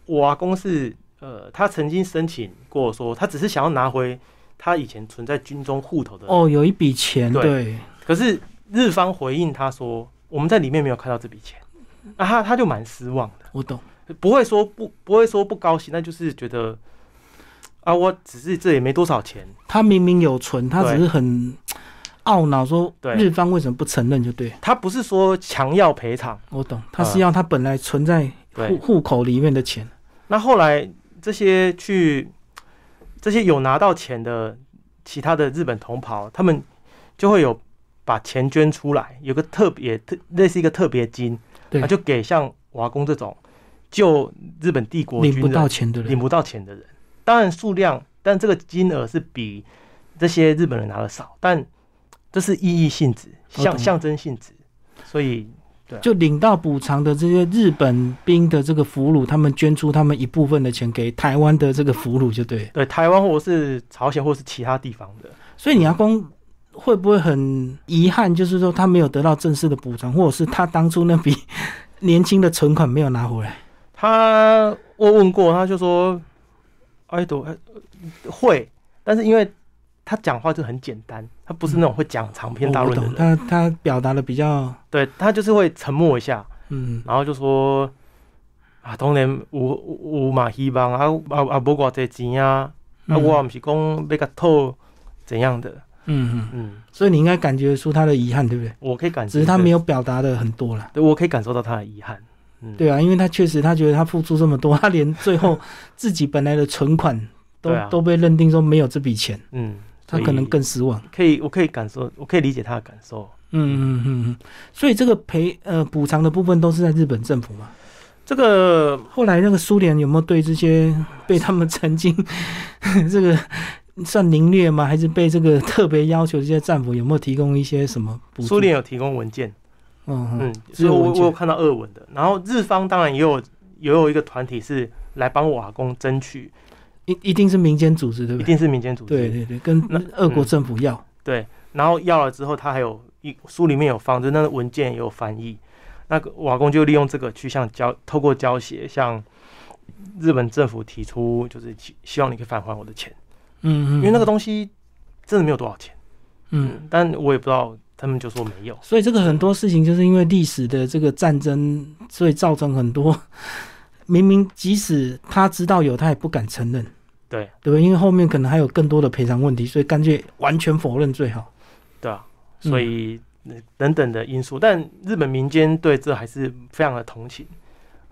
[SPEAKER 2] 我阿公是呃，他曾经申请过说，他只是想要拿回他以前存在军中户头的，
[SPEAKER 1] 哦，有一笔钱，
[SPEAKER 2] 对
[SPEAKER 1] 对，
[SPEAKER 2] 可是日方回应他说，我们在里面没有看到这笔钱，啊，他他就蛮失望的。
[SPEAKER 1] 我懂。
[SPEAKER 2] 不会说不不会说不高兴，那就是觉得啊，我只是这也没多少钱，
[SPEAKER 1] 他明明有存，他只是很懊恼，说
[SPEAKER 2] 对
[SPEAKER 1] 日方为什么不承认？就对
[SPEAKER 2] 他不是说强要赔偿。
[SPEAKER 1] 我懂，他是要他本来存在户
[SPEAKER 2] 嗯对，
[SPEAKER 1] 户口里面的钱。
[SPEAKER 2] 那后来这些去这些有拿到钱的其他的日本同袍，他们就会有把钱捐出来，有个特别特类似一个特别金，
[SPEAKER 1] 对
[SPEAKER 2] 啊，就给像瓦工这种救日本帝国
[SPEAKER 1] 领
[SPEAKER 2] 军
[SPEAKER 1] 不
[SPEAKER 2] 人
[SPEAKER 1] 到钱的人
[SPEAKER 2] 领，不到钱的人。当然数量，但这个金额是比这些日本人拿的少，但这是意义性质，
[SPEAKER 1] 我
[SPEAKER 2] 象
[SPEAKER 1] 懂
[SPEAKER 2] 象征性质，所以
[SPEAKER 1] 就领到补偿的这些日本兵的这个俘虏，他们捐出他们一部分的钱给台湾的这个俘虏，就对了。
[SPEAKER 2] 对台湾或者是朝鲜或是其他地方的，
[SPEAKER 1] 所以你阿公会不会很遗憾？就是说他没有得到正式的补偿，或者是他当初那笔年轻的存款没有拿 回来？
[SPEAKER 2] 他我问过，他就说，哎，都呃会，但是因为他讲话就很简单，他不是那种会讲长篇大
[SPEAKER 1] 我
[SPEAKER 2] 论的
[SPEAKER 1] 懂，
[SPEAKER 2] 人，
[SPEAKER 1] 他他表达的比较
[SPEAKER 2] 对他就是会沉默一下，
[SPEAKER 1] 嗯
[SPEAKER 2] 然后就说啊，当然有有有嘛希望啊啊啊，无偌济钱啊，啊
[SPEAKER 1] 嗯
[SPEAKER 2] 我也不是讲要甲透怎样的，
[SPEAKER 1] 嗯嗯，
[SPEAKER 2] 嗯，
[SPEAKER 1] 所以你应该感觉出他的遗憾，对不对？
[SPEAKER 2] 我可以感觉，
[SPEAKER 1] 只是他没有表达的很多啦。
[SPEAKER 2] 对，对我可以感受到他的遗憾，嗯，
[SPEAKER 1] 对啊，因为他确实他觉得他付出这么多，他连最后自己本来的存款都、
[SPEAKER 2] 对啊
[SPEAKER 1] 都被认定说没有这笔钱，
[SPEAKER 2] 嗯，
[SPEAKER 1] 他
[SPEAKER 2] 所以
[SPEAKER 1] 可能更失望。
[SPEAKER 2] 可以，我可以感受，我可以理解他的感受。
[SPEAKER 1] 嗯嗯嗯嗯，所以这个赔呃补偿的部分都是在日本政府嘛。
[SPEAKER 2] 这个
[SPEAKER 1] 后来那个苏联有没有对这 些被他们曾经 这个算凌虐吗？还是被这个特别要求这些战俘有没有提供一些什么补助？
[SPEAKER 2] 苏联有提供文件，
[SPEAKER 1] 嗯
[SPEAKER 2] 嗯
[SPEAKER 1] 嗯，，
[SPEAKER 2] 所以
[SPEAKER 1] 日文
[SPEAKER 2] 我
[SPEAKER 1] 文
[SPEAKER 2] 我
[SPEAKER 1] 件
[SPEAKER 2] 有看到俄文的。然后日方当然也有也有一个团体是来帮我阿公争取，
[SPEAKER 1] 一一定是民间组织对
[SPEAKER 2] 一
[SPEAKER 1] 不对？
[SPEAKER 2] 定是民间组织。
[SPEAKER 1] 对对对，跟
[SPEAKER 2] 那
[SPEAKER 1] 俄国政府要。
[SPEAKER 2] 对然后要了之后，他还有一书里面有放，就是那个文件也有翻译。那个瓦工就利用这个去向交，透过交协向日本政府提出，就是希希望你可以返还我的钱，
[SPEAKER 1] 嗯嗯，
[SPEAKER 2] 因为那个
[SPEAKER 1] 东
[SPEAKER 2] 东西真的没有多少钱。
[SPEAKER 1] 嗯。
[SPEAKER 2] 嗯，但我也不知道，他们就说没有。
[SPEAKER 1] 所以这个很多事情就是因为历史的这个战争，所以造成很多 明明即使他知道有，他也不敢承认，
[SPEAKER 2] 对
[SPEAKER 1] 对不对？因为后面可能还有更多的赔偿问题，所以干脆完全否认最好。
[SPEAKER 2] 对啊，
[SPEAKER 1] 嗯
[SPEAKER 2] 所以、呃等等的因素，但日本民间对这还是非常的同情。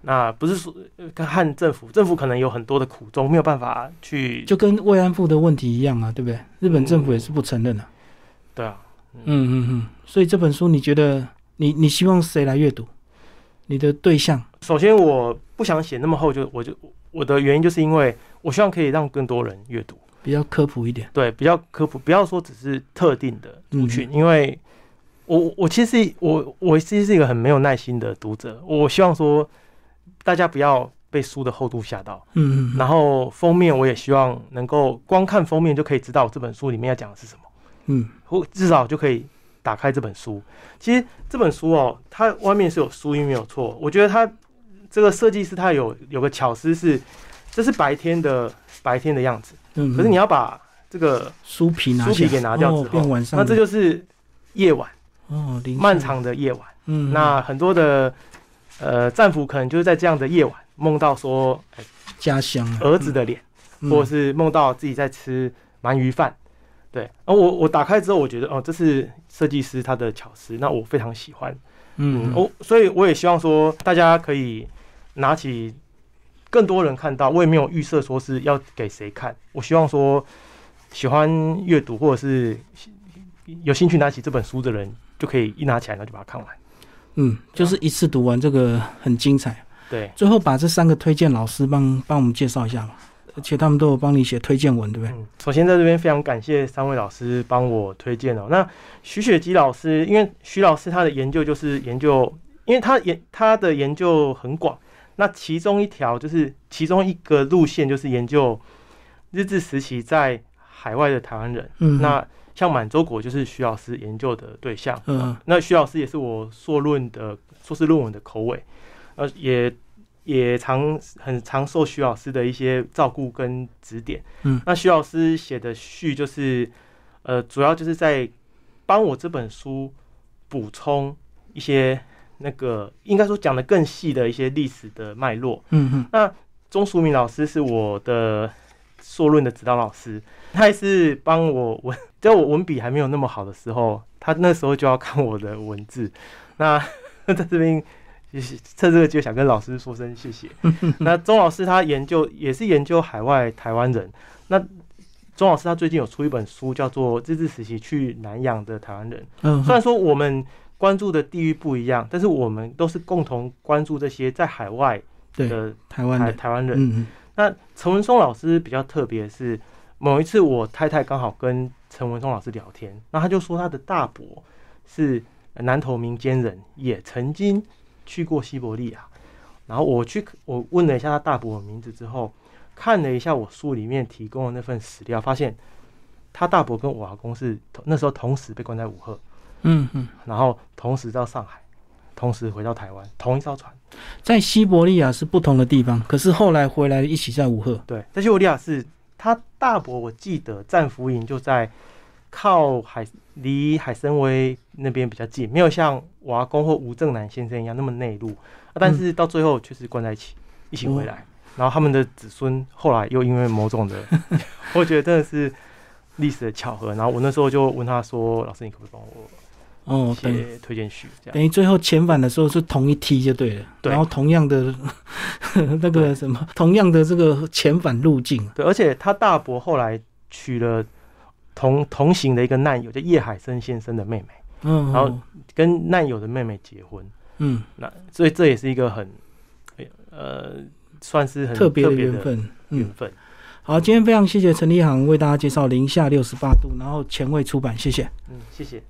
[SPEAKER 2] 那不是说呃和政府，政府可能有很多的苦衷，没有办法去
[SPEAKER 1] 就跟慰安妇的问题一样啊，对不对？日本政府
[SPEAKER 2] 嗯
[SPEAKER 1] 也是不承认的、啊。
[SPEAKER 2] 对啊，
[SPEAKER 1] 嗯嗯嗯。所以这本书，你觉得你你希望谁来阅读？你的对象？
[SPEAKER 2] 首先我不想写那么厚，就我就我的原因就是因为我希望可以让更多人阅读，
[SPEAKER 1] 比较科普一点，
[SPEAKER 2] 对，比较科普，不要说只是特定的族群，因为我我其实我我其实是一个很没有耐心的读者，我希望说大家不要被书的厚度吓到，
[SPEAKER 1] 嗯嗯嗯
[SPEAKER 2] 然后封面我也希望能够光看封面就可以知道这本书里面要讲的是什么，
[SPEAKER 1] 嗯，
[SPEAKER 2] 或至少就可以打开这本书。其实这本书哦，它外面是有书印没有错，我觉得它这个设计师他有有个巧思是，这是白天的白天的样子，
[SPEAKER 1] 嗯。
[SPEAKER 2] 可是你要把这个
[SPEAKER 1] 书皮拿
[SPEAKER 2] 书皮
[SPEAKER 1] 下
[SPEAKER 2] 给拿掉之
[SPEAKER 1] 哦
[SPEAKER 2] 后
[SPEAKER 1] 变晚上
[SPEAKER 2] 那
[SPEAKER 1] 的，
[SPEAKER 2] 这就是夜晚
[SPEAKER 1] 哦零下
[SPEAKER 2] 漫，长的夜晚，
[SPEAKER 1] 嗯，
[SPEAKER 2] 那很多的呃战俘可能就是在这样的夜晚梦到说哎
[SPEAKER 1] 家乡啊
[SPEAKER 2] 儿子的脸。
[SPEAKER 1] 嗯
[SPEAKER 2] 呃或者是梦到自己在吃鳗鱼饭。对，然后我我打开之后，我觉得哦，这是设计师他的巧思，那我非常喜欢。
[SPEAKER 1] 嗯，
[SPEAKER 2] 我、所以我也希望说大家可以拿起更多人看到，我也没有预设说是要给谁看，我希望说喜欢阅读或者是有兴趣拿起这本书的人，就可以一拿起来然后就把它看完。
[SPEAKER 1] 嗯，就是一次读完这个很精彩。
[SPEAKER 2] 对，
[SPEAKER 1] 最后把这三个推荐老师帮帮我们介绍一下吧，而且他们都有帮你写推荐文，对不对？
[SPEAKER 2] 嗯，首先在这边非常感谢三位老师帮我推荐哦。那徐雪姬老师，因为徐老师他的研究就是研究，因为他研他的研究很广，那其中一条就是其中一个路线就是研究日治时期在海外的台湾人。
[SPEAKER 1] 嗯，
[SPEAKER 2] 那像满洲国就是徐老师研究的对象。
[SPEAKER 1] 嗯
[SPEAKER 2] 那徐老师也是我硕论的硕士论文的口尾，呃，也也常很常受徐老师的一些照顾跟指点。
[SPEAKER 1] 嗯
[SPEAKER 2] 那徐老师写的序就是，呃，主要就是在帮我这本书补充一些那个应该说讲的更细的一些历史的脉络。
[SPEAKER 1] 嗯嗯
[SPEAKER 2] 钟淑明老师是我的硕论的指导老师，他也是帮我文，在我文笔还没有那么好的时候，他那时候就要看我的文字。那 在这边就是趁这个机会想跟老师说声谢谢。那钟老师他研究也是研究海外台湾人，那钟老师他最近有出一本书叫做《日治时期去南洋的台湾人》。
[SPEAKER 1] 嗯，
[SPEAKER 2] 虽然说我们关注的地域不一样，但是我们都是共同关注这些在海外
[SPEAKER 1] 对
[SPEAKER 2] 的
[SPEAKER 1] 台湾
[SPEAKER 2] 呃台
[SPEAKER 1] 的，
[SPEAKER 2] 台湾人。
[SPEAKER 1] 嗯嗯
[SPEAKER 2] 那陈文松老师比较特别，是某一次我太太刚好跟陈文松老师聊天，那他就说他的大伯是南投民间人，也曾经去过西伯利亚。然后我去我问了一下他大伯的名字之后，看了一下我书里面提供的那份史料，发现他大伯跟我阿公是同那时候同时被关在武赫，
[SPEAKER 1] 嗯嗯，
[SPEAKER 2] 然后同时到上海，同时回到台湾，同一艘船。
[SPEAKER 1] 在西伯利亚是不同的地方，可是后来回来一起在武赫。
[SPEAKER 2] 对，在西伯利亚是他大伯，我记得战俘营就在靠海，离海参崴那边比较近，没有像瓦工或吴正南先生一样那么内陆、啊但是到最后却是关在一起，一起回来。然后他们的子孙后来又因为某种的，我觉得真的是历史的巧合。然后我那时候就问他说：“老师，你可不可以帮我
[SPEAKER 1] 哦，等
[SPEAKER 2] 写推荐序？”这样
[SPEAKER 1] 等于最后遣返的时候是同一梯就对了，
[SPEAKER 2] 对
[SPEAKER 1] 然后同样的 那个
[SPEAKER 2] 对
[SPEAKER 1] 什么，同样的这个遣返路径。啊
[SPEAKER 2] 对，而且他大伯后来娶了同同行的一个难友，叫叶海生先生的妹妹。
[SPEAKER 1] 嗯，
[SPEAKER 2] 然后
[SPEAKER 1] 嗯
[SPEAKER 2] 跟难友的妹妹结婚，
[SPEAKER 1] 嗯，
[SPEAKER 2] 那所以这也是一个很呃，算是很
[SPEAKER 1] 特别的
[SPEAKER 2] 特别
[SPEAKER 1] 缘
[SPEAKER 2] 的
[SPEAKER 1] 分。嗯
[SPEAKER 2] 缘，分。
[SPEAKER 1] 好，今天非常谢谢陈立航为大家介绍零下六十八度，然后前卫出版，谢谢。
[SPEAKER 2] 嗯，谢谢。